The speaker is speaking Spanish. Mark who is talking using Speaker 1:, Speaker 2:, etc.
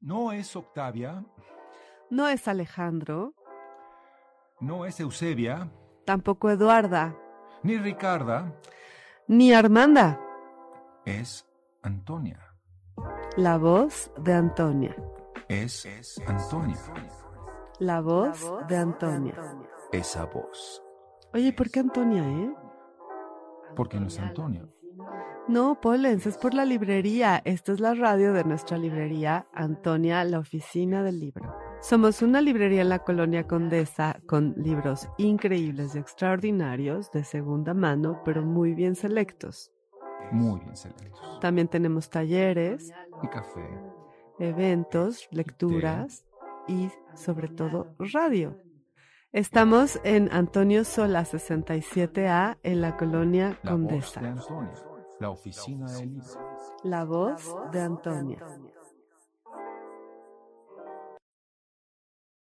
Speaker 1: No es Octavia,
Speaker 2: No es Alejandro,
Speaker 1: no es Eusebia,
Speaker 2: tampoco Eduarda,
Speaker 1: ni Ricarda,
Speaker 2: ni Armanda.
Speaker 1: es Antonia.
Speaker 2: La voz de Antonia.
Speaker 1: Es, Antonia.
Speaker 2: La voz, de, Antonia.
Speaker 1: Esa voz.
Speaker 2: Oye, ¿por qué Antonia, eh?
Speaker 1: Porque no es Antonio.
Speaker 2: No, Polens, es por la librería. Esta es la radio de nuestra librería, Antonia, la oficina del libro. Somos una librería en la colonia Condesa con libros increíbles y extraordinarios de segunda mano, pero muy bien selectos.
Speaker 1: Muy bien selectos.
Speaker 2: También tenemos talleres,
Speaker 1: Y café.
Speaker 2: eventos, lecturas y sobre todo radio. Estamos en Antonio Sola 67A en la colonia
Speaker 1: La voz de
Speaker 2: Condesa.
Speaker 1: Antonia. La oficina del libro.
Speaker 2: La voz de Antonia.